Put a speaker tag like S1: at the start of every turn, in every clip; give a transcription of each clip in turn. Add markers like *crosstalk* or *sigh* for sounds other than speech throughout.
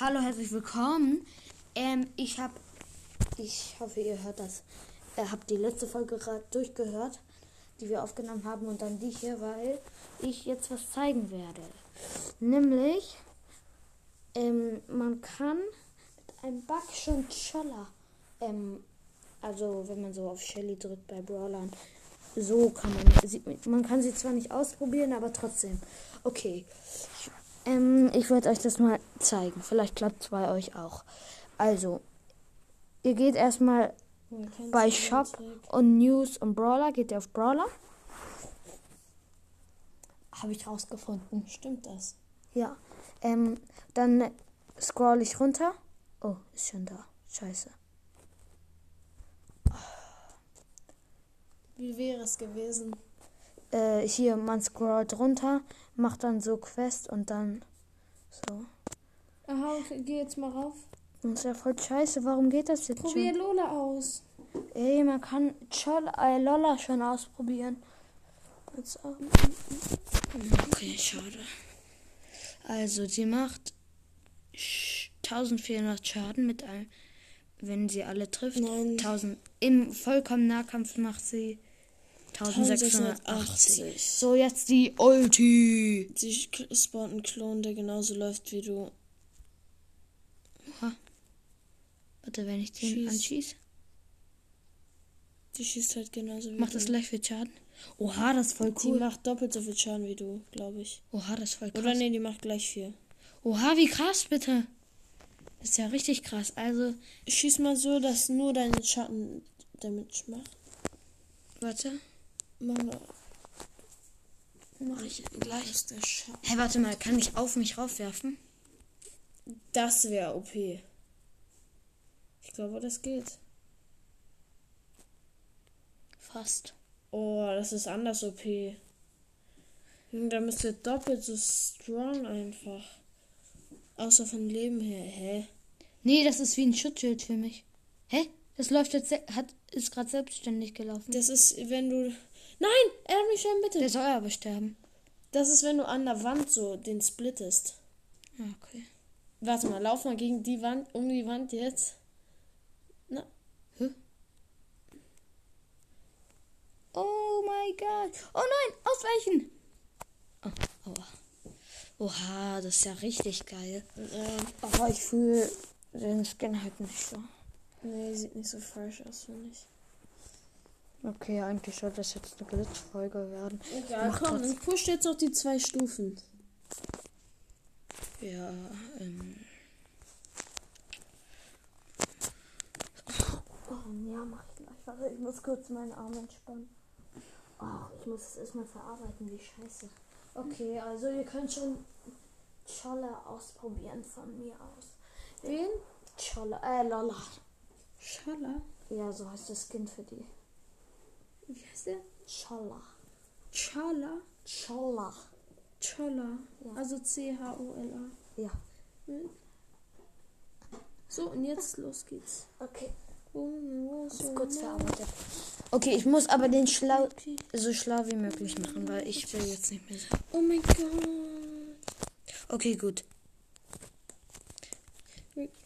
S1: Hallo, herzlich willkommen. Ähm, ich habe, ich hoffe, ihr hört das. Ihr habt die letzte Folge gerade durchgehört, die wir aufgenommen haben und dann die hier, weil ich jetzt was zeigen werde. Nämlich, ähm, man kann mit einem Backschen Scholler, ähm, also wenn man so auf Shelly drückt bei Brawlern, so kann man, sieht, man- man kann sie zwar nicht ausprobieren, aber trotzdem. Okay, ähm, ich werde euch das mal zeigen. Vielleicht klappt es bei euch auch. Also, ihr geht erstmal bei Shop und News und Brawler. Geht ihr auf Brawler? Habe ich rausgefunden.
S2: Stimmt das?
S1: Ja. Ähm, dann scroll ich runter. Oh, ist schon da. Scheiße.
S2: Wie wäre es gewesen?
S1: Äh, hier, man scrollt runter, macht dann so Quest und dann so.
S2: Aha, okay, geh jetzt mal rauf.
S1: Das ist ja voll scheiße. Warum geht das jetzt schon?
S2: Probier Lola aus.
S1: Ey, man kann Chol äh, Lolla schon ausprobieren. Jetzt auch- Okay, schade. Also, sie macht sch- 1400 Schaden mit einem, wenn sie alle trifft.
S2: Nein.
S1: 1000, Im vollkommenen Nahkampf macht sie 1680. So, jetzt die Ulti.
S2: Sie sch- spawnt einen Klon, der genauso läuft wie du.
S1: Warte, wenn ich den
S2: Schieß.
S1: anschieße,
S2: Die schießt halt genauso wie
S1: macht
S2: du.
S1: das gleich viel Schaden. Oha, das ist voll
S2: Die
S1: cool.
S2: macht doppelt so viel Schaden wie du, glaube ich.
S1: Oha, das ist voll krass.
S2: Oder nee, die macht gleich viel.
S1: Oha, wie krass, bitte. Das ist ja richtig krass. Also,
S2: Schieß mal so, dass nur deine Schatten Damage macht.
S1: warte.
S2: Mach mal.
S1: Mach ich
S2: Das
S1: gleich.
S2: ist der Schatten.
S1: Hey, warte mal, kann ich auf mich raufwerfen?
S2: Das wäre OP. Ich glaube, das geht.
S1: Fast.
S2: Oh, das ist anders OP. Junge, Da müsst ihr doppelt so strong einfach. Außer von Leben her, hä?
S1: Nee, das ist wie ein Schutzschild für mich. Hä? Das läuft jetzt, se- hat, ist gerade selbstständig gelaufen.
S2: Das ist, wenn du. Nein! Aaron Shane,
S1: Der
S2: bitte!
S1: soll aber sterben.
S2: Das ist, wenn du an der Wand so den splittest.
S1: Ah, Okay.
S2: Warte mal, lauf mal gegen die Wand, um die Wand jetzt. Na,
S1: Oh mein Gott. Oh nein, ausweichen. Oh, aua. Oha, das ist ja richtig geil.
S2: ähm,
S1: Aber ich fühle den Skin halt nicht so.
S2: nee, sieht nicht so fresh aus, finde ich.
S1: Okay, eigentlich sollte das jetzt eine Glitch-Folge werden.
S2: Egal,
S1: Mach
S2: komm,
S1: trotzdem.
S2: ich push jetzt noch die zwei Stufen.
S1: Ja, ähm. ja, mach ich gleich. Warte, ich muss kurz meinen Arm entspannen. Oh, ich muss es erstmal verarbeiten, wie scheiße. Okay, also ihr könnt schon Scholle ausprobieren von mir aus.
S2: Wen?
S1: Scholle, äh, Lolla.
S2: Schala.
S1: Ja, so heißt das Skin für die.
S2: Wie heißt der?
S1: Scholla.
S2: Schala.
S1: Scholla.
S2: Cholla.
S1: Ja.
S2: Also C-H-O-L-A.
S1: Ja.
S2: Hm? So, und jetzt los geht's.
S1: Okay,
S2: Oh, Das
S1: ist kurz verarbeitet. Okay, ich muss aber den schlau so schlau wie möglich machen, weil ich will jetzt nicht mehr so.
S2: Oh mein Gott.
S1: Okay, gut.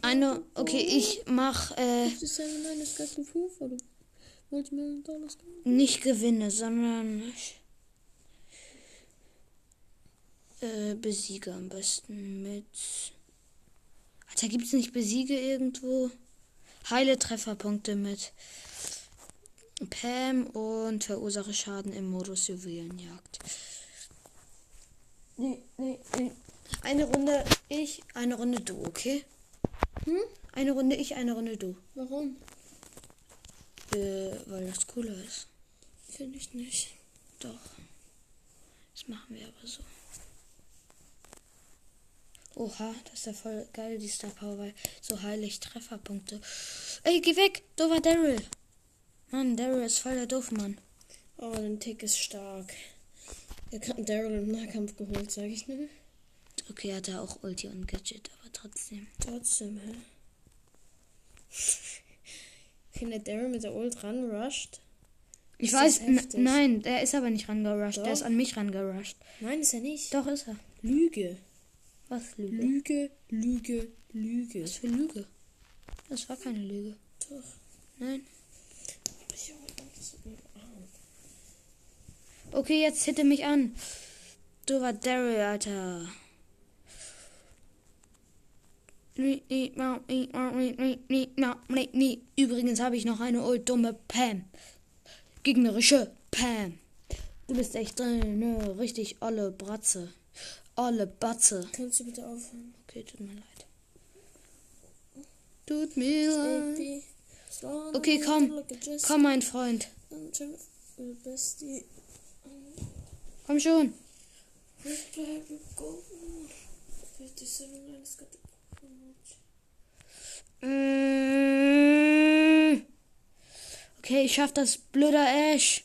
S1: Eine, okay, ich mach äh,
S2: Das ist ein meines ganzen Fuf, oder? Multimillionen Dollars.
S1: nicht Gewinne, sondern äh, besiege am besten mit. Alter, gibt's nicht besiege irgendwo? Heile Trefferpunkte mit Pam und verursache Schaden im Modus Juwelenjagd.
S2: Nee, nee, nee.
S1: Eine Runde ich, eine Runde du, okay?
S2: Hm?
S1: Eine Runde ich, eine Runde du.
S2: Warum?
S1: Äh, weil das cooler ist.
S2: Finde ich nicht.
S1: Doch. Das machen wir aber so. Oha, das ist ja voll geil, die Star Power, weil so heilig Trefferpunkte. Ey, geh weg! Dover Daryl! Mann, Daryl ist voll der doof, Mann.
S2: Oh, dein Tick ist stark. Er hat Daryl im Nahkampf geholt, sag ich, ne?
S1: Okay, hat er auch Ulti und Gadget, aber trotzdem.
S2: Trotzdem, hä? *laughs* Wenn der Daryl mit der Ult ranrusht.
S1: Ich
S2: Das
S1: weiß,
S2: ist
S1: n-
S2: heftig.
S1: nein, der ist aber nicht rangerusht, der
S2: Doch.
S1: ist an mich rangerusht.
S2: Nein, ist er nicht.
S1: Doch ist er.
S2: Lüge.
S1: Was Lüge?
S2: Lüge, Lüge, Lüge.
S1: Was für Lüge? Das war keine Lüge.
S2: Doch.
S1: Nein.
S2: Ich hab gedacht, das ist mit dem Arm.
S1: Okay, jetzt hitte mich an. Du war Daryl, Alter. Übrigens habe ich noch eine old dumme Pam. Gegnerische Pam. Du bist echt drin, ne? Richtig olle Bratze. Olle Batze.
S2: Kannst du bitte aufhören?
S1: Okay, tut mir leid. Tut mir leid.
S2: Baby, slow
S1: Okay,
S2: down,
S1: komm.
S2: look at just-
S1: Komm, mein Freund.
S2: Ähm, Jennifer, Du bist die.
S1: Komm schon.
S2: Ich bleibe golden. 57 lines got the much.
S1: Mm. Okay, ich schaff das, blöder Ash.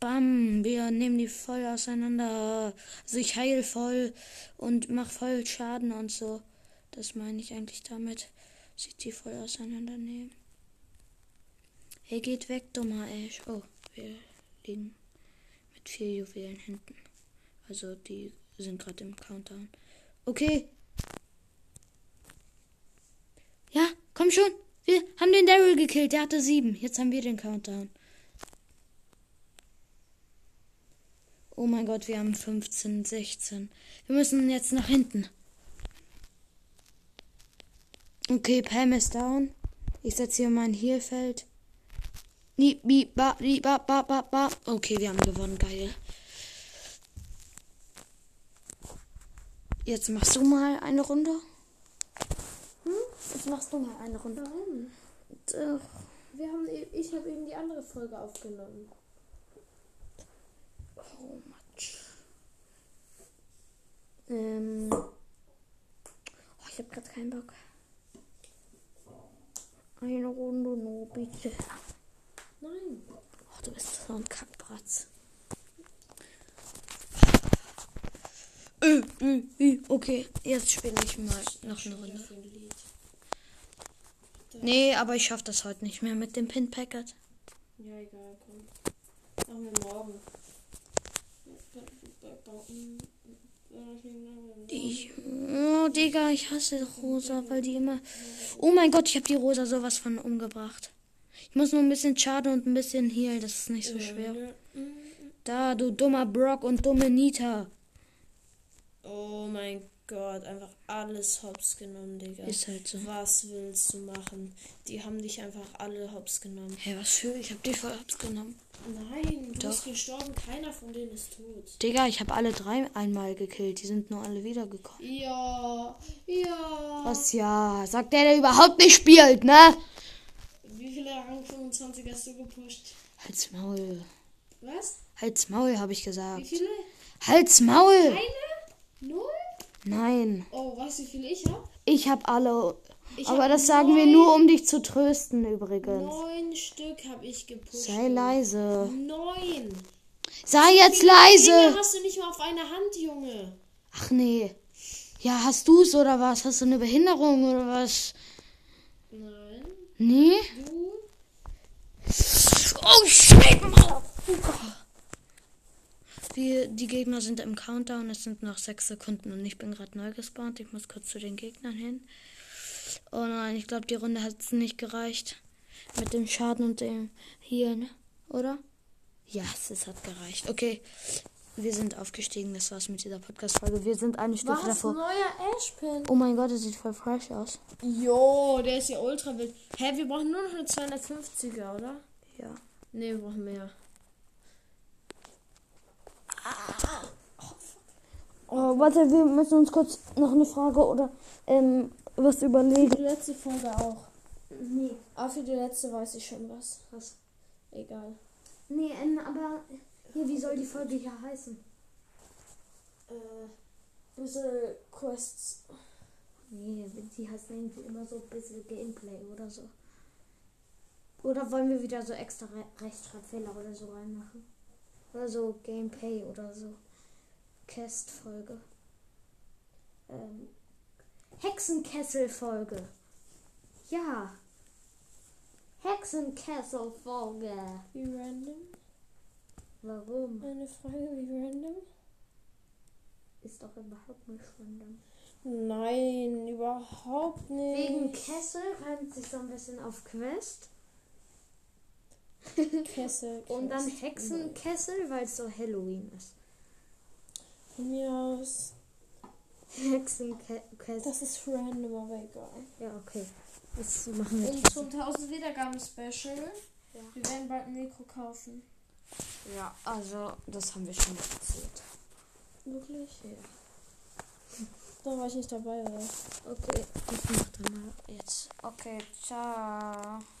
S1: Bam, wir nehmen die voll auseinander. Also ich heil voll und mach voll Schaden und so. Das meine ich eigentlich damit, dass ich die voll auseinandernehmen. Hey, geht weg, dummer Ash. Oh, wir liegen mit vier Juwelen hinten. Also die sind gerade im Countdown. Okay, ja, komm schon. Wir haben den Daryl gekillt. Der hatte sieben. Jetzt haben wir den Countdown. Oh mein Gott, wir haben 15, 16. Wir müssen jetzt nach hinten. Okay, Pam ist down. Ich setze hier mein Heelfeld. Ni, bi, ba, li, ba, ba, ba, ba. Okay, wir haben gewonnen. Geil. Jetzt machst du mal eine Runde. Hm? Jetzt machst du mal eine Runde.
S2: Warum?
S1: Doch.
S2: Wir haben, e- ich habe eben die andere Folge aufgenommen.
S1: Oh, Matsch. Ähm. Oh, ich hab grad keinen Bock. Eine Runde nur, bitte.
S2: Nein.
S1: Oh, du bist so ein Kackbratz. Äh, äh, äh. Okay, jetzt spiele ich mal noch eine Runde.
S2: Für ein Lied.
S1: Nee, aber ich schaff das heute nicht mehr mit dem Pin Packard.
S2: Ja, egal, komm. Machen wir morgen.
S1: Ich, oh, Digga, ich hasse Rosa, weil die immer. Oh mein Gott, ich habe die Rosa sowas von umgebracht. Ich muss nur ein bisschen Schade und ein bisschen Heal, das ist nicht so schwer. Da, du dummer Brock und dumme Nita.
S2: Oh mein Gott, einfach alles hops genommen, Digga.
S1: Ist halt so.
S2: Was willst du machen? Die haben dich einfach alle hops genommen.
S1: Hey, was für? Ich hab die voll abgenommen.
S2: Nein, du
S1: Doch.
S2: bist gestorben. Keiner von denen ist tot.
S1: Digga, ich habe alle drei einmal gekillt. Die sind nur alle wiedergekommen.
S2: Ja, ja.
S1: Was ja? Sagt der, der überhaupt nicht spielt, ne?
S2: Wie viele Rang 25 hast du gepusht?
S1: Halt's Maul.
S2: Was?
S1: Halt's Maul, habe ich
S2: Wie
S1: gesagt.
S2: viele?
S1: Halt's Maul!
S2: Eine? Null?
S1: Nein.
S2: Oh, weißt du, wie viele ich habe?
S1: Ich hab alle.
S2: Ich
S1: aber
S2: hab
S1: das sagen wir
S2: neun-
S1: nur, um dich zu trösten übrigens.
S2: Neun Stück habe ich gepusht.
S1: Sei leise.
S2: Neun.
S1: Sei jetzt
S2: Finger
S1: leise.
S2: hast du nicht mal auf einer Hand, Junge.
S1: Ach nee. Ja, hast du's oder was? Hast du eine Behinderung oder was?
S2: Nein.
S1: Nee?
S2: Du?
S1: Oh shit! Mann. Wir, die Gegner sind im Countdown, es sind noch sechs Sekunden und ich bin gerade neu gespawnt. Ich muss kurz zu den Gegnern hin. Oh nein, ich glaube, die Runde hat es nicht gereicht. Mit dem Schaden und dem hier, ne? oder? Ja, es- es hat gereicht. Okay, wir sind aufgestiegen. Das war's mit dieser Podcast-Folge. Wir sind eine Stufe davor.
S2: Neuer Ashpin.
S1: Oh mein Gott, es sieht voll fresh aus.
S2: Jo, der ist ja ultra wild. Hä, wir brauchen nur noch eine 250er, oder?
S1: Ja.
S2: Ne, wir brauchen mehr. Ah.
S1: Oh, warte, wir müssen uns kurz noch eine Frage oder ähm, was überlegen.
S2: Die letzte Folge auch. Nee. Aber für die letzte weiß ich schon was. Was? Egal.
S1: Nee, ähm, aber hier, wie soll die Folge hier heißen?
S2: Äh, Bissel Quests.
S1: Nee, die heißt irgendwie immer so ein bisschen Gameplay oder so. Oder wollen wir wieder so extra Re Rechtschreibfehler oder so reinmachen? Oder so Gameplay oder so. Cast-Folge. Ähm, Hexenkessel-Folge. Ja. Hexenkessel-Folge.
S2: Wie random?
S1: Warum?
S2: Eine Frage, wie random?
S1: Ist doch überhaupt nicht random.
S2: Nein, überhaupt nicht.
S1: Wegen Kessel reimt sich so ein bisschen auf
S2: *laughs*
S1: Quest.
S2: Kessel.
S1: Und dann
S2: Kessel.
S1: Hexenkessel, weil es so Halloween ist.
S2: Von mir aus.
S1: Hexenkessel.
S2: Das ist random, aber egal.
S1: Ja, okay. Das machen wir.
S2: Und zum 1000 Wiedergaben Special.
S1: Halt. Ja.
S2: Wir werden bald ein Mikro kaufen.
S1: Ja, also das haben wir schon mal erzählt.
S2: Wirklich?
S1: Ja.
S2: Da war ich nicht dabei, oder?
S1: Okay, ich mach dann mal jetzt. Okay, ciao.